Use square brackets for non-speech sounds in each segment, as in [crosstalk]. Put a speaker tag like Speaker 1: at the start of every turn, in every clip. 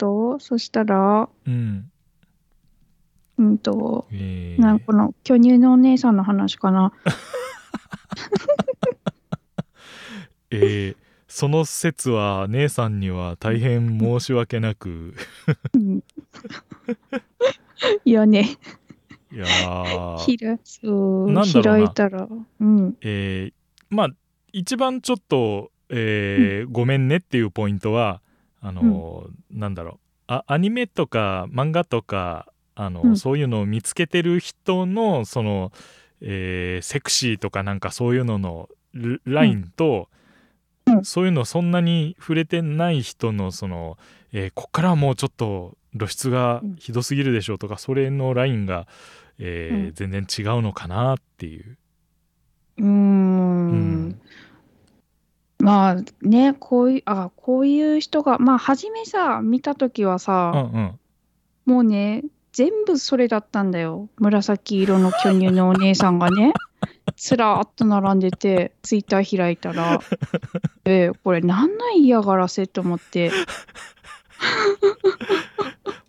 Speaker 1: よ。そしたら、
Speaker 2: うん。
Speaker 1: うんと、
Speaker 2: え
Speaker 1: なんかこの巨乳のお姉さんの話かな。
Speaker 2: えーその説は姉さんには大変申し訳な [laughs] く、
Speaker 1: うん、いやね、
Speaker 2: いやー
Speaker 1: ひらそう
Speaker 2: なんだろうな
Speaker 1: 開いたら、うん、
Speaker 2: えーまあ一番ちょっと、えーごめんねっていうポイントはあのー、なんだろうあアニメとか漫画とかあの、
Speaker 1: うん
Speaker 2: そういうのを見つけてる人のその、えーセクシーとかなんかそういうののルラインと、
Speaker 1: うん
Speaker 2: そういうのそんなに触れてない人のその、えーこっからはもうちょっと露出がひどすぎるでしょうとか、それのラインが、えー
Speaker 1: うん
Speaker 2: 全然違うのかなっていう。
Speaker 1: うーん、まあね、こういう、あ、こういう人が、まあ、初めさ、見たときは
Speaker 2: うん
Speaker 1: さ、
Speaker 2: うん
Speaker 1: もうね、全部それだったんだよ。紫色の巨乳のお姉さんが
Speaker 2: [laughs]
Speaker 1: ね、つらーっと並んでて、ツイッター開いた
Speaker 2: [laughs]
Speaker 1: ら、えーこれ、なんの嫌がらせと思って、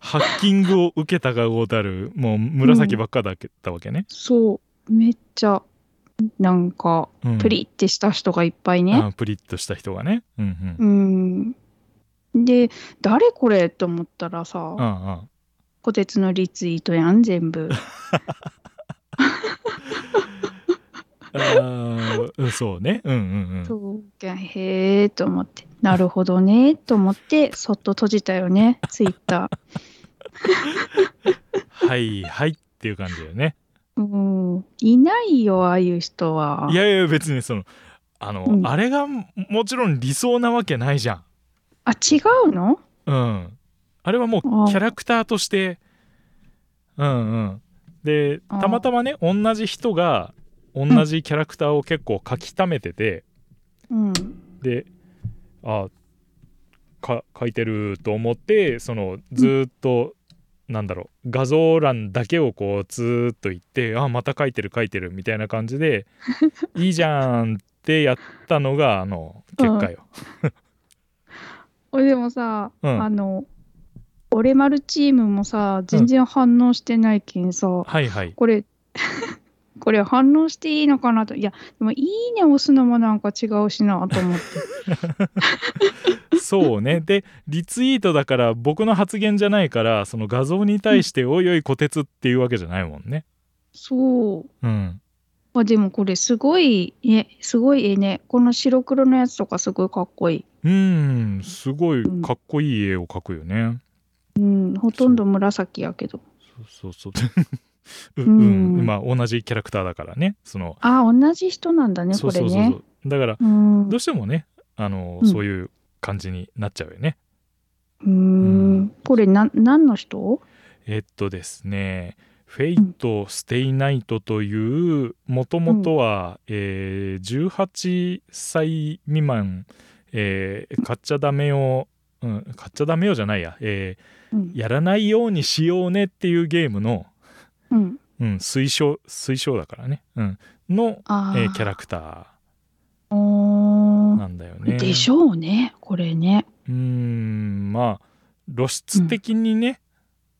Speaker 2: ハッキングを受けたがごたる、もう紫ばっかだったわけね。
Speaker 1: そう、めっちゃ、なんか、
Speaker 2: うん
Speaker 1: プリってした人がいっぱいね。
Speaker 2: あプリッとした人がね。うん
Speaker 1: う
Speaker 2: うん。
Speaker 1: ん。で、誰これと思ったらさ、
Speaker 2: うんうん
Speaker 1: 虎鉄のリツイートやん、全
Speaker 2: [laughs]
Speaker 1: 部。
Speaker 2: あー [laughs] うんそうね。うんうんう
Speaker 1: そ
Speaker 2: ん。
Speaker 1: うけんへえと思って、なるほどねと思って、そっと閉じたよね、ツイッタ
Speaker 2: はいはいっていう感じだよね。
Speaker 1: ー。うん、いないよ、ああいう人は。
Speaker 2: いやいや別にそのあの、
Speaker 1: うん
Speaker 2: あれがももちろん理想なわけないじゃん。
Speaker 1: あ、違うの
Speaker 2: うん。あれはもう
Speaker 1: あー
Speaker 2: キャラクターとして。うんうん。で
Speaker 1: あー
Speaker 2: たまたまね同じ人が同じキャラクターを結構書き溜めてて。
Speaker 1: うん。
Speaker 2: であか書いてると思ってそのずーっと、なんだろう画像欄だけをこうずーっと行ってあまた書いてる書いてるみたいな感じでいいじゃんってやったのがあの結果よ。
Speaker 1: 俺でもさ、
Speaker 2: うん
Speaker 1: あの、オレマルチームもさ、全然反応してないけんさ、
Speaker 2: はいはい。
Speaker 1: これ、 [laughs] これ反応していいのかなと。いや、でも、いいね押すのもなんか違うしなと思って。
Speaker 2: [laughs] そうねでリツイートだから僕の発言じゃないからその画像に対して「おいおいこてつ」っていうわけじゃないもんね。
Speaker 1: そう。
Speaker 2: うん、
Speaker 1: あでもこれすごいね、すごい絵ね。この白黒のやつとかすごいかっこいい。
Speaker 2: うーんすごいかっこいい絵を描くよね。
Speaker 1: うん、ほとんど紫やけど。
Speaker 2: そうそう [laughs] そう。う
Speaker 1: う
Speaker 2: う、
Speaker 1: んん
Speaker 2: まあ同じキャラクターだからね。その、
Speaker 1: あ、同じ人なんだね、こ
Speaker 2: そう
Speaker 1: れ
Speaker 2: そうそうそ
Speaker 1: ね。
Speaker 2: う。だから
Speaker 1: うん。う
Speaker 2: どうしてもね、あの、
Speaker 1: うん
Speaker 2: そういう感じになっちゃうよね。
Speaker 1: ーん。これな、何の人
Speaker 2: えっとですね、フェイト・ステイ・ナイトというもともとは、えー18歳未満、えー買っちゃダメよ、うん、買っちゃダメよじゃないや、え
Speaker 1: うん
Speaker 2: ー。やらないようにしようねっていうゲームの、
Speaker 1: うん。
Speaker 2: うん、推奨推奨だからね、うん、の、
Speaker 1: あ
Speaker 2: えーキャラ
Speaker 1: ク
Speaker 2: クター。
Speaker 1: ター。
Speaker 2: なんだよね。
Speaker 1: でしょうね、これね。
Speaker 2: うーんまあ露出的にね、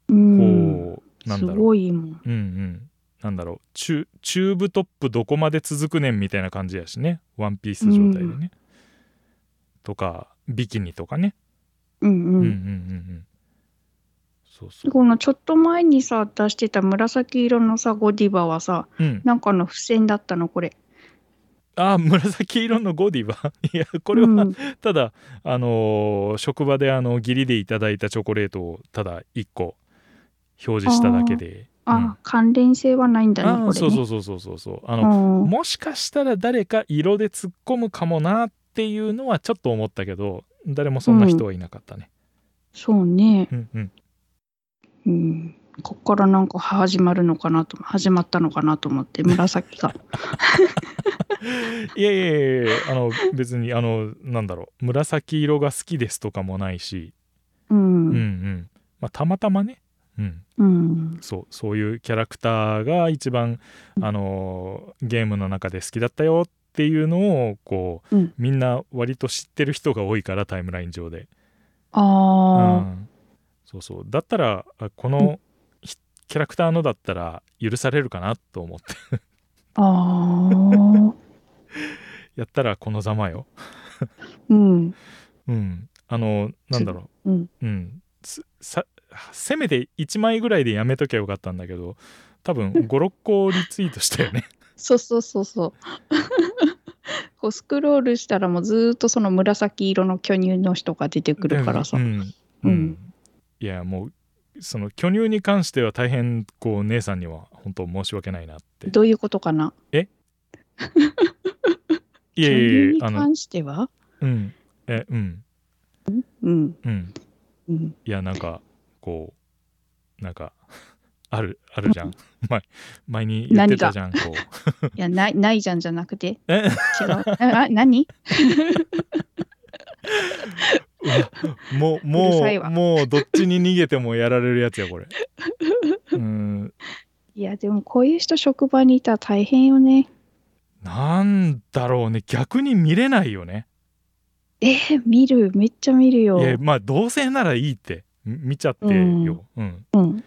Speaker 1: うん。
Speaker 2: こうなん
Speaker 1: す
Speaker 2: だろ
Speaker 1: ごいもん。
Speaker 2: ううんうんなんだろうチュチューブトップどこまで続くねんみたいな感じやしねワンピース状態でね、
Speaker 1: う
Speaker 2: とかビキニとかね、
Speaker 1: うん
Speaker 2: う、
Speaker 1: うん
Speaker 2: うんうん
Speaker 1: ん。
Speaker 2: うんそうそう
Speaker 1: このちょっと前にさ、出してた紫色のさ、ゴディバはさ、
Speaker 2: うん
Speaker 1: なんかの付箋だったの、これ。
Speaker 2: あー紫色のゴディバいやこれは、 [laughs]
Speaker 1: うん
Speaker 2: ただあのー職場であの義理でいただいたチョコレートをただ1個表示しただけで
Speaker 1: あ、
Speaker 2: うん
Speaker 1: 関連性はないんだね、これ
Speaker 2: あ
Speaker 1: ね。
Speaker 2: ーそうそうそうそうそうそうあの、
Speaker 1: うん
Speaker 2: もしかしたら誰か色で突っ込むかもなっていうのはちょっと思ったけど誰もそんな人はいなかったね、
Speaker 1: そうね。
Speaker 2: うん、うん
Speaker 1: うん。こっからなんか始まるのかなと、始まったのかなと思って、紫
Speaker 2: [laughs]
Speaker 1: が。
Speaker 2: いやいやいやいやあの別にあのなんだろう紫色が好きですとかもないし、
Speaker 1: う。
Speaker 2: うんうんんまあ、たまたまね、うん、
Speaker 1: うん。
Speaker 2: そうそういうキャラクターが一番
Speaker 1: うん
Speaker 2: あのゲームの中で好きだったよっていうのをこう、
Speaker 1: うん
Speaker 2: みんな割と知ってる人が多いからタイムライン上で。
Speaker 1: ああ、
Speaker 2: うんそうそうだったらあこのひキャラクターのだったら許されるかなと思って [laughs]
Speaker 1: ああ、
Speaker 2: やったらこのざまよ
Speaker 1: うん、
Speaker 2: うんあのなんだろ
Speaker 1: うん、
Speaker 2: ううんすさせめて1枚ぐらいでやめときゃよかったんだけど多分56個リツイートした
Speaker 1: [laughs]
Speaker 2: よね
Speaker 1: そうそうそうそう。 [laughs] こうスクロールしたらもうずーっとその紫色の巨乳の人が出てくるからさ。
Speaker 2: う
Speaker 1: うん
Speaker 2: ん、
Speaker 1: うん
Speaker 2: いやもうその巨乳に関しては大変こう姉さんには本当申し訳ないなって
Speaker 1: どういうことかな。
Speaker 2: い
Speaker 1: 巨乳
Speaker 2: やいやい
Speaker 1: に
Speaker 2: やあの
Speaker 1: 関しては、
Speaker 2: うんえうん
Speaker 1: うん、
Speaker 2: うん [laughs]
Speaker 1: うん、
Speaker 2: いやなんかこうなんかあるある
Speaker 1: [laughs]
Speaker 2: じゃん前前に言ってたじゃんこう
Speaker 1: いやないないじゃんじゃなくて
Speaker 2: え [laughs]
Speaker 1: 違う。あ、何？
Speaker 2: うわもう
Speaker 1: うる
Speaker 2: も
Speaker 1: さいうわ
Speaker 2: もうどっちに逃げてもやられるやつ
Speaker 1: [laughs]
Speaker 2: やこれうん
Speaker 1: いやでもこういう人職場にいたら大変よね。
Speaker 2: なんだろうね逆に見れないよね
Speaker 1: えー、見るめっちゃ見る
Speaker 2: い
Speaker 1: よ。
Speaker 2: やまあ同性ならいいってみ見ちゃってよ、うん
Speaker 1: うん。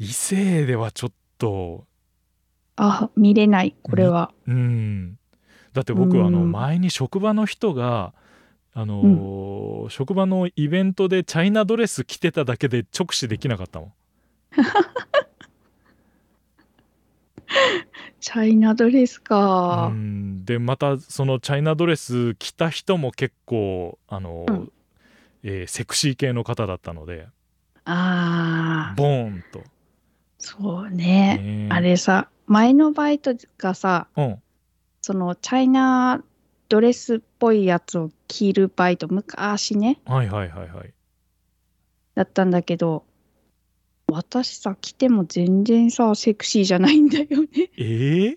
Speaker 2: 異性ではちょっと
Speaker 1: あ、見れないこれは。
Speaker 2: うんだって僕
Speaker 1: うん
Speaker 2: あの前に職場の人があのー職場のイベントでチャイナドレス着てただけで直視できなかったもん
Speaker 1: チャイナドレスか。
Speaker 2: うんでまたそのチャイナドレス着た人も結構あの、
Speaker 1: うん
Speaker 2: えーセクシー系の方だったので
Speaker 1: ああ、
Speaker 2: ボーンと、
Speaker 1: そうね。
Speaker 2: ね
Speaker 1: あれさ前のバイトがさ
Speaker 2: うん
Speaker 1: そのチャイナドレスっぽいやつを着るバイト昔ね
Speaker 2: はいはいはいはい
Speaker 1: だったんだけど私さ着ても全然さセクシーじゃないんだよね [laughs]
Speaker 2: えー、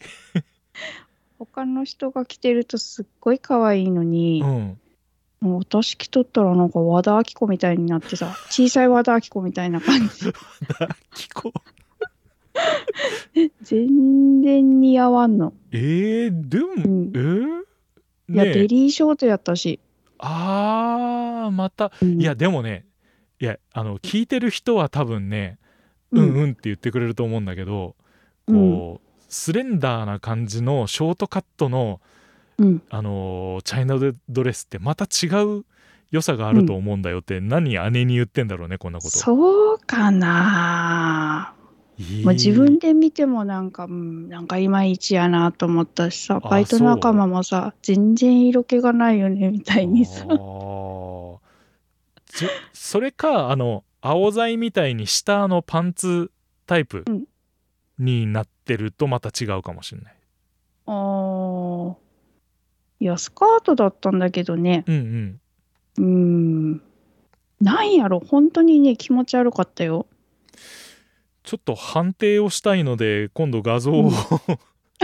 Speaker 1: 他の人が着てるとすっごい可愛いのに
Speaker 2: う、ん
Speaker 1: もう私着とったらなんか和田アキ子みたいになって
Speaker 2: [laughs]
Speaker 1: さ小さい和田アキ子みたいな感じ
Speaker 2: 聞こ
Speaker 1: 全然似合わんの、
Speaker 2: えー、でも、
Speaker 1: うん
Speaker 2: えー、
Speaker 1: いや
Speaker 2: ね
Speaker 1: デリーショートやったし、
Speaker 2: あーまた
Speaker 1: うん
Speaker 2: いやでもねいやあの聞いてる人は多分ね
Speaker 1: う
Speaker 2: うんんうんって言ってくれると思うんだけど、
Speaker 1: うん
Speaker 2: こうスレンダーな感じのショートカットの
Speaker 1: うん
Speaker 2: あのーチャイナドレスってまた違う良さがあると思うんだよって、何姉に言ってんだろうねこんなこと。
Speaker 1: そうかな
Speaker 2: ええ
Speaker 1: まあ、自分で見てもなんか、うん、なんかいまいちやなと思ったしさ
Speaker 2: あ
Speaker 1: バイト仲間もさ全然色気がないよねみたいにさ
Speaker 2: あーじゃそれかあの青材みたいに下のパンツタイプ
Speaker 1: うん
Speaker 2: になってるとまた違うかもしれない。
Speaker 1: あーいやスカートだったんだけどね
Speaker 2: うんうん。
Speaker 1: うんなんやろ本当にね気持ち悪かったよ
Speaker 2: ちょっと判定をしたいので今度画像
Speaker 1: う
Speaker 2: を、
Speaker 1: ん
Speaker 2: [laughs]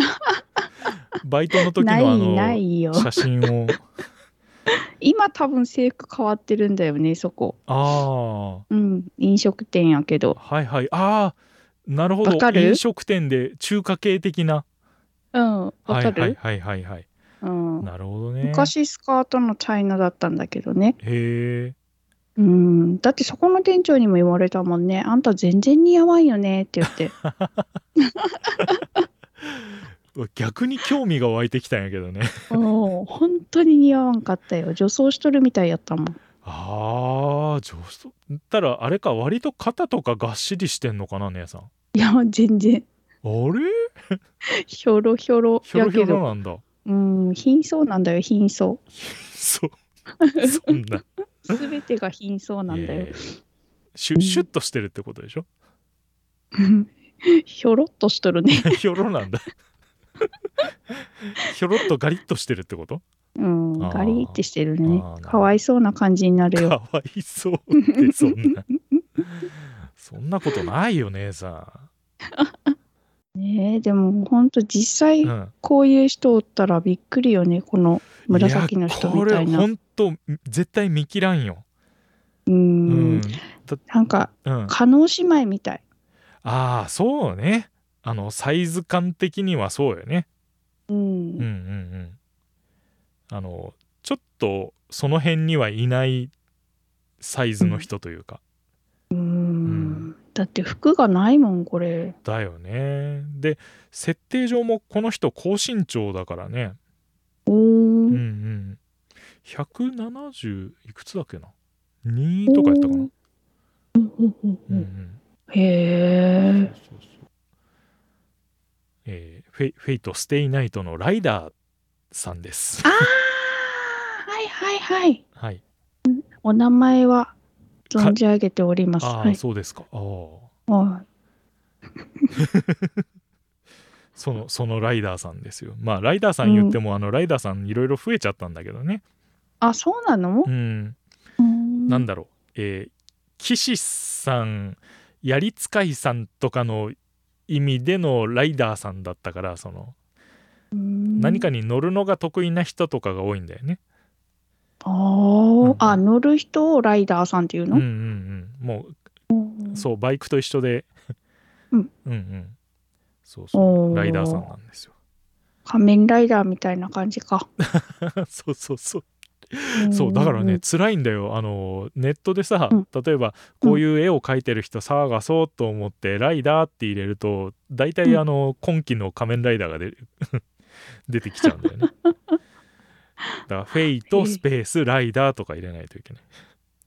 Speaker 2: バイトの時の
Speaker 1: な
Speaker 2: あ
Speaker 1: い
Speaker 2: の
Speaker 1: ないよ
Speaker 2: 写真を
Speaker 1: 今多分制服変わってるんだよねそこ
Speaker 2: ああ。
Speaker 1: うん飲食店やけど
Speaker 2: はいはいああなるほど
Speaker 1: わかる
Speaker 2: 飲食店で中華系的な
Speaker 1: うんわかる、
Speaker 2: はいはいはいはいはい
Speaker 1: うん、
Speaker 2: なるほどね
Speaker 1: 昔スカートのチャイナだったんだけどね
Speaker 2: へえ
Speaker 1: うん、だってそこの店長にも言われたもんね、あんた全然似合わんよねって言
Speaker 2: [laughs]
Speaker 1: って、
Speaker 2: 逆に興味が湧いてきたんやけどね [laughs]
Speaker 1: もう本当に似合わんかったよ、女装しとるみたいやったもん。
Speaker 2: ああ上手たらあれか割と肩とかがっしりしてんのかな姉さんあ
Speaker 1: いや、全然、
Speaker 2: れ
Speaker 1: ひょろひょろ
Speaker 2: ひょ
Speaker 1: や
Speaker 2: ろひ
Speaker 1: け
Speaker 2: ょろ
Speaker 1: ど、
Speaker 2: なんだ
Speaker 1: うん、貧相なんだよ、貧相。
Speaker 2: [laughs] そうそんな
Speaker 1: すべてが貧相なんだよ
Speaker 2: い。やいやシュシュッとしてるってことでしょ [laughs]
Speaker 1: [laughs] ひょろっとしとるね。
Speaker 2: ひょろなんだ [laughs] ひょろっとガリッとしてるってこと
Speaker 1: うん、
Speaker 2: あー
Speaker 1: ガリってしてる
Speaker 2: あー
Speaker 1: ね
Speaker 2: なるほ。ど
Speaker 1: かわいそうな感じになるよ。
Speaker 2: かわいそうってそんな [laughs] そんなことないよ姉さ
Speaker 1: ねえ、でも本当実
Speaker 2: ん、
Speaker 1: 際
Speaker 2: うん、
Speaker 1: こういう人おったらびっくりよね、この紫の人みたい
Speaker 2: やこれ
Speaker 1: な。
Speaker 2: ほんと絶対見切らんよ
Speaker 1: う
Speaker 2: うんん、、
Speaker 1: なんか
Speaker 2: うん、あ
Speaker 1: 加納姉妹みたい。
Speaker 2: あーそうねあのサイズ感的にはそうよね
Speaker 1: う
Speaker 2: うんうん
Speaker 1: ん。
Speaker 2: うんあのちょっとその辺にはいないサイズの人というか、
Speaker 1: うーんだって服がないもんこれ
Speaker 2: だよねで設定上もこの人高身長だからね
Speaker 1: お
Speaker 2: う
Speaker 1: ー
Speaker 2: んうん170いくつだっけな2とかやったかな
Speaker 1: うんうん
Speaker 2: う
Speaker 1: うん
Speaker 2: うんん
Speaker 1: へえ
Speaker 2: そうそうえーフェイフェイト・ステイ・ナイトのライダーさんです
Speaker 1: あ。ーはいはいはい
Speaker 2: はい。
Speaker 1: お名前は存じ上げております
Speaker 2: ああ、
Speaker 1: はい
Speaker 2: そうですか。ああ。
Speaker 1: はい
Speaker 2: その、そのライダーさんですよ。まあ、ライダーさん言っても、あの、ライダーさんいろいろ増えちゃったんだけどね。
Speaker 1: あそうなの
Speaker 2: うん。
Speaker 1: うん
Speaker 2: なんだろう。えー、岸さん、やり使いさんとかの意味でのライダーさんだったから、その、何
Speaker 1: 何
Speaker 2: かに乗るのが得意な人とかが多いんだよね。
Speaker 1: あーあ乗る人をライダーさんっていう
Speaker 2: うんう
Speaker 1: の
Speaker 2: んうん。もうそうバイクと一緒で、
Speaker 1: うん、
Speaker 2: うんうんそうそう
Speaker 1: おー
Speaker 2: ライダーさんなんですよ [laughs]
Speaker 1: 仮面ライダーみたいな感じか
Speaker 2: そうそうそうそうだからね辛いんだよあのネットでさ、
Speaker 1: うん
Speaker 2: 例えばこういう絵を描いてる人探そうと思って「ライダー」って入れると大体
Speaker 1: うん
Speaker 2: あの今期の仮面ライダーが出る [laughs] 出てきちゃうんだよねだ [laughs] からフェイ
Speaker 1: へ
Speaker 2: ト
Speaker 1: え
Speaker 2: スペースライダーとか入れないといけない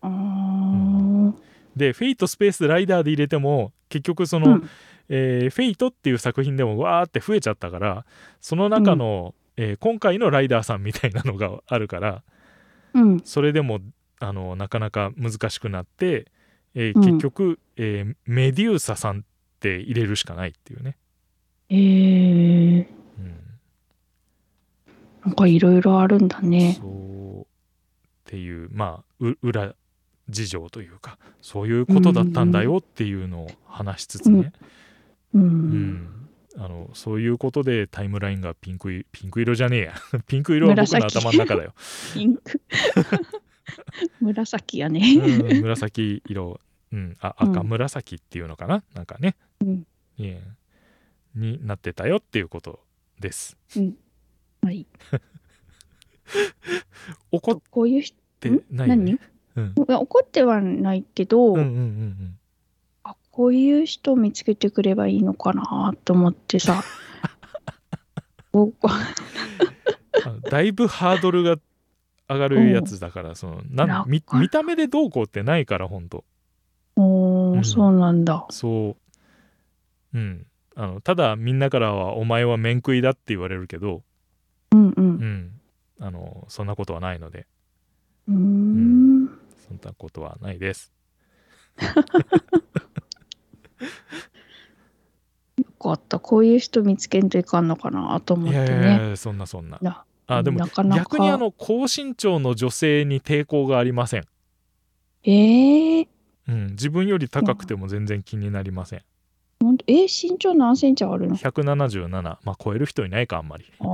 Speaker 1: あ
Speaker 2: でフェイトスペースライダーで入れても結局その、
Speaker 1: うん
Speaker 2: えーフェイトっていう作品でもわーって増えちゃったからその中の、えー今回のライダーさんみたいなのがあるから
Speaker 1: うん
Speaker 2: それでもあのなかなか難しくなって、えー
Speaker 1: うん
Speaker 2: 結局、えーメデューサさんって入れるしかないっていうね、
Speaker 1: へえ
Speaker 2: うん
Speaker 1: なんかいろいろあるんだね
Speaker 2: そうっていうまあう裏事情というかそういうことだったんだよっていうのを話しつつね、
Speaker 1: う
Speaker 2: うんんあのそういうことでタイムラインがピンクいピンク色じゃねえや [laughs] ピンク色は僕の
Speaker 1: 紫
Speaker 2: 頭の中だよ、
Speaker 1: ピン
Speaker 2: [laughs]
Speaker 1: ク紫や
Speaker 2: う
Speaker 1: ね [laughs]
Speaker 2: ん、紫色、うん、あ
Speaker 1: うん
Speaker 2: 赤紫っていうのかな、なんかね、
Speaker 1: うん
Speaker 2: ええになってたよっていうことです
Speaker 1: はい
Speaker 2: 怒っ
Speaker 1: こういう人
Speaker 2: て
Speaker 1: ん
Speaker 2: ないよね
Speaker 1: 何
Speaker 2: うん
Speaker 1: いや怒ってはないけど、
Speaker 2: うんうんうん
Speaker 1: あこういう人を見つけてくればいいのかなと思って
Speaker 2: [laughs]
Speaker 1: さお
Speaker 2: うんあだいぶハードルが上がるやつだからそのな
Speaker 1: なんん
Speaker 2: 見
Speaker 1: か
Speaker 2: 見た目でどうこうってないからほんと
Speaker 1: おー
Speaker 2: うん
Speaker 1: そうなんだ
Speaker 2: そううんあのただみんなからは「お前は面食いだ」って言われるけど
Speaker 1: うんう
Speaker 2: うんん、あのそんなことはないので
Speaker 1: うーん
Speaker 2: そんなことはないです。
Speaker 1: よかったこういう人見つけんといかんのかなと思
Speaker 2: い
Speaker 1: って
Speaker 2: や
Speaker 1: ね
Speaker 2: いやいやそんなそんな。
Speaker 1: な
Speaker 2: あでも
Speaker 1: なかなか
Speaker 2: 逆にあの高身長の女性に抵抗がありません。
Speaker 1: えー、
Speaker 2: うん、自分より高くても全然気になりません。
Speaker 1: ほんとえー身長何センチあるの
Speaker 2: 177まあ超える人いないかあんまり。
Speaker 1: あ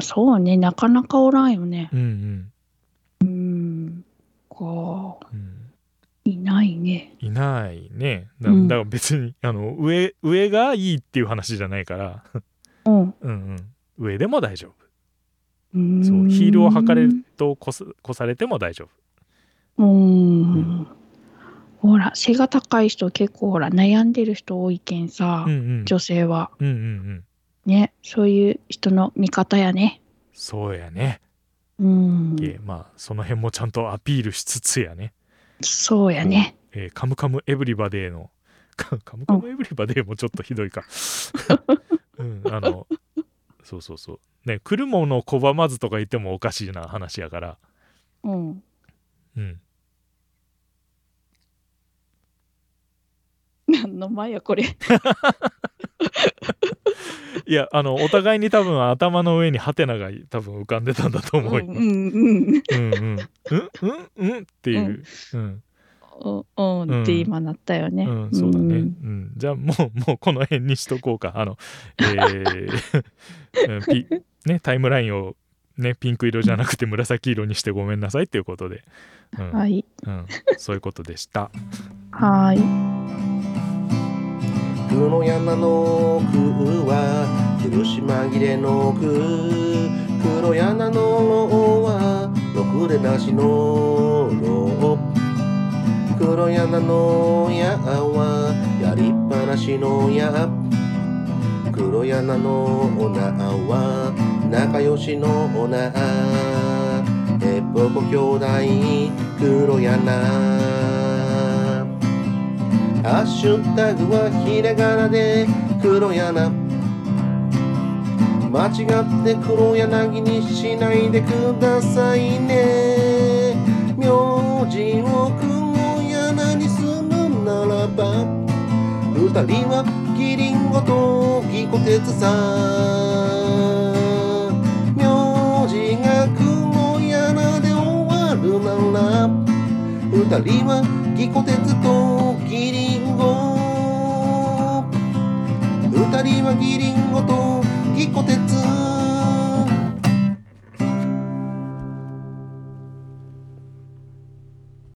Speaker 1: ーそうねなかなかおらんよね
Speaker 2: うんうん
Speaker 1: うんか
Speaker 2: うん、
Speaker 1: いないね
Speaker 2: いないねだ
Speaker 1: うん
Speaker 2: だから別に、あの上上がいいっていう話じゃないから [laughs]
Speaker 1: うんう
Speaker 2: うん、うん、上でも大丈
Speaker 1: ー
Speaker 2: 夫
Speaker 1: ん
Speaker 2: そうヒールを履かれるとこすこされても大丈夫。
Speaker 1: うーん、
Speaker 2: うん
Speaker 1: ほら背が高い人結構ほら悩んでる人多いけんさ、
Speaker 2: うんうん、
Speaker 1: 女性は
Speaker 2: うんうんうん
Speaker 1: ねそういう人の味方やね
Speaker 2: そうやね。
Speaker 1: うん
Speaker 2: えーまあその辺もちゃんとアピールしつつやね
Speaker 1: そうやね
Speaker 2: 「えーカムカムエブリバデーの」 [laughs] かカムカムエブリバデー」もちょっとひどい [laughs] か、うん、あのそうそうそうね来るものを拒まずとか言ってもおかしいな話やから
Speaker 1: うん
Speaker 2: うん
Speaker 1: 何の前やこれ
Speaker 2: いやあのお互いに多分頭の上にハテナが多分浮かんでたんだと
Speaker 1: うん
Speaker 2: 思
Speaker 1: う
Speaker 2: うよ、うん
Speaker 1: ん
Speaker 2: うんうんうんうんっていう、うん
Speaker 1: うんうんうんって今なったよね、
Speaker 2: うん、そうだね、うん
Speaker 1: ん
Speaker 2: じゃあもうもうこの辺にしとこうかあのえー [laughs] うんピねタイムラインをねピンク色じゃなくて紫色にしてごめんなさいっていうことで、うん
Speaker 1: はい
Speaker 2: うん、そういうことでした
Speaker 1: はーい
Speaker 3: 黒山の空は苦し紛れの空黒柳の王はろくでなしの王黒柳の矢はやりっぱなしの矢黒柳の女は仲良しの女ヘっぽこ兄弟黒柳ハッシュタグはひらがなで黒柳間違って黒柳にしないでくださいね名字を黒柳にするならば二人はキリンゴとギコテツさ名字が黒柳で終わるなら二人はギコテツとギリンゴ二人はギリンゴとギコテツ